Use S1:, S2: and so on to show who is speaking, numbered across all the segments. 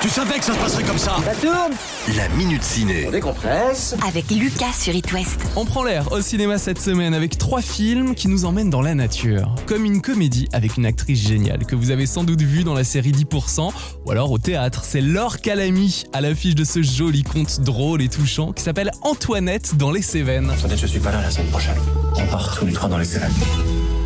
S1: Tu savais que ça se passerait comme ça
S2: Ça tourne
S3: La Minute Ciné.
S2: décompresse.
S4: avec Lucas sur It West.
S5: On prend l'air au cinéma cette semaine avec trois films qui nous emmènent dans la nature. Comme une comédie avec une actrice géniale que vous avez sans doute vue dans la série 10% ou alors au théâtre. C'est Laure Calamy à l'affiche de ce joli conte drôle et touchant qui s'appelle Antoinette dans les Cévennes.
S6: Peut-être je suis pas là la semaine prochaine. On part tous les trois dans les Cévennes.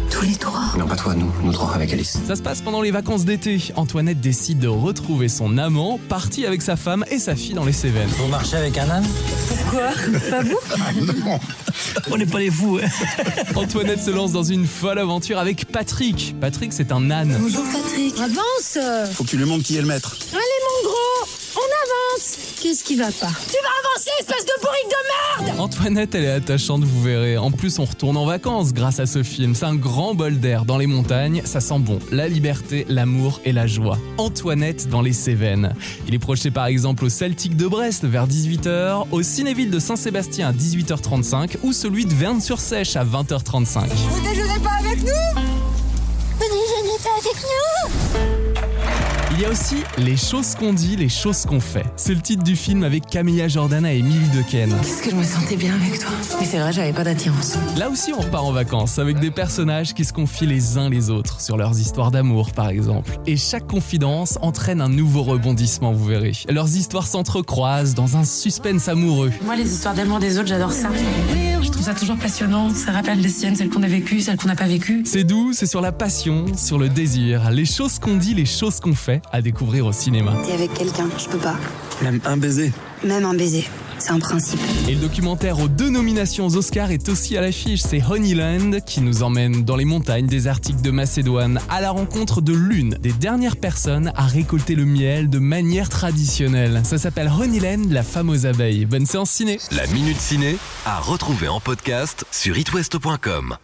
S4: Tous les trois.
S6: Non, pas toi, nous, nous trois avec Alice.
S5: Ça se passe pendant les vacances d'été. Antoinette décide de retrouver son amant, parti avec sa femme et sa fille dans les Cévennes.
S6: Vous marchez avec un âne hein.
S5: Antoinette se lance dans une folle aventure avec Patrick. Patrick, c'est un âne.
S4: Bonjour Patrick.
S7: Avance
S8: Faut que tu lui montres qui est le maître.
S7: Allez mon gros On avance Qu'est-ce qui va pas Tu vas avancer, espèce de bourrique de merde
S5: Antoinette, elle est attachante, vous verrez. En plus, on retourne en vacances grâce à ce film. C'est un grand bol d'air dans les montagnes. Ça sent bon. La liberté, l'amour et la joie. Antoinette dans les Cévennes. Il est projeté par exemple au Celtic de Brest vers 18h, au Cinéville de Saint-Sébastien à 18h35 ou celui de Verne-sur-Sèche à 20h35.
S7: Vous déjeunez pas avec nous
S5: Il y a aussi Les choses qu'on dit, les choses qu'on fait. C'est le titre du film avec Camilla Jordana et Emile Dequesne.
S4: Est-ce que je me sentais bien avec toi Mais c'est vrai, j'avais pas d'attirance.
S5: Là aussi, on repart en vacances avec des personnages qui se confient les uns les autres sur leurs histoires d'amour, par exemple. Et chaque confidence entraîne un nouveau rebondissement, vous verrez. Leurs histoires s'entrecroisent dans un suspense amoureux.
S9: Moi, les histoires d'amour des autres, j'adore ça. Je trouve ça toujours passionnant. Ça rappelle les siennes, celles qu'on a vécues, celles qu'on n'a pas vécues.
S5: C'est doux, c'est sur la passion, sur le désir, les choses qu'on dit, les choses qu'on fait, à découvrir au cinéma.
S10: T'es avec quelqu'un, je peux pas.
S8: Même un baiser.
S10: Même un baiser, c'est un principe.
S5: Et le documentaire aux deux nominations aux Oscars est aussi à l'affiche. C'est Honeyland qui nous emmène dans les montagnes désertiques de Macédoine à la rencontre de l'une des dernières personnes à récolter le miel de manière traditionnelle. Ça s'appelle Honeyland, la femme aux abeilles. Bonne séance ciné
S3: La Minute Ciné à retrouver en podcast sur itwest.com.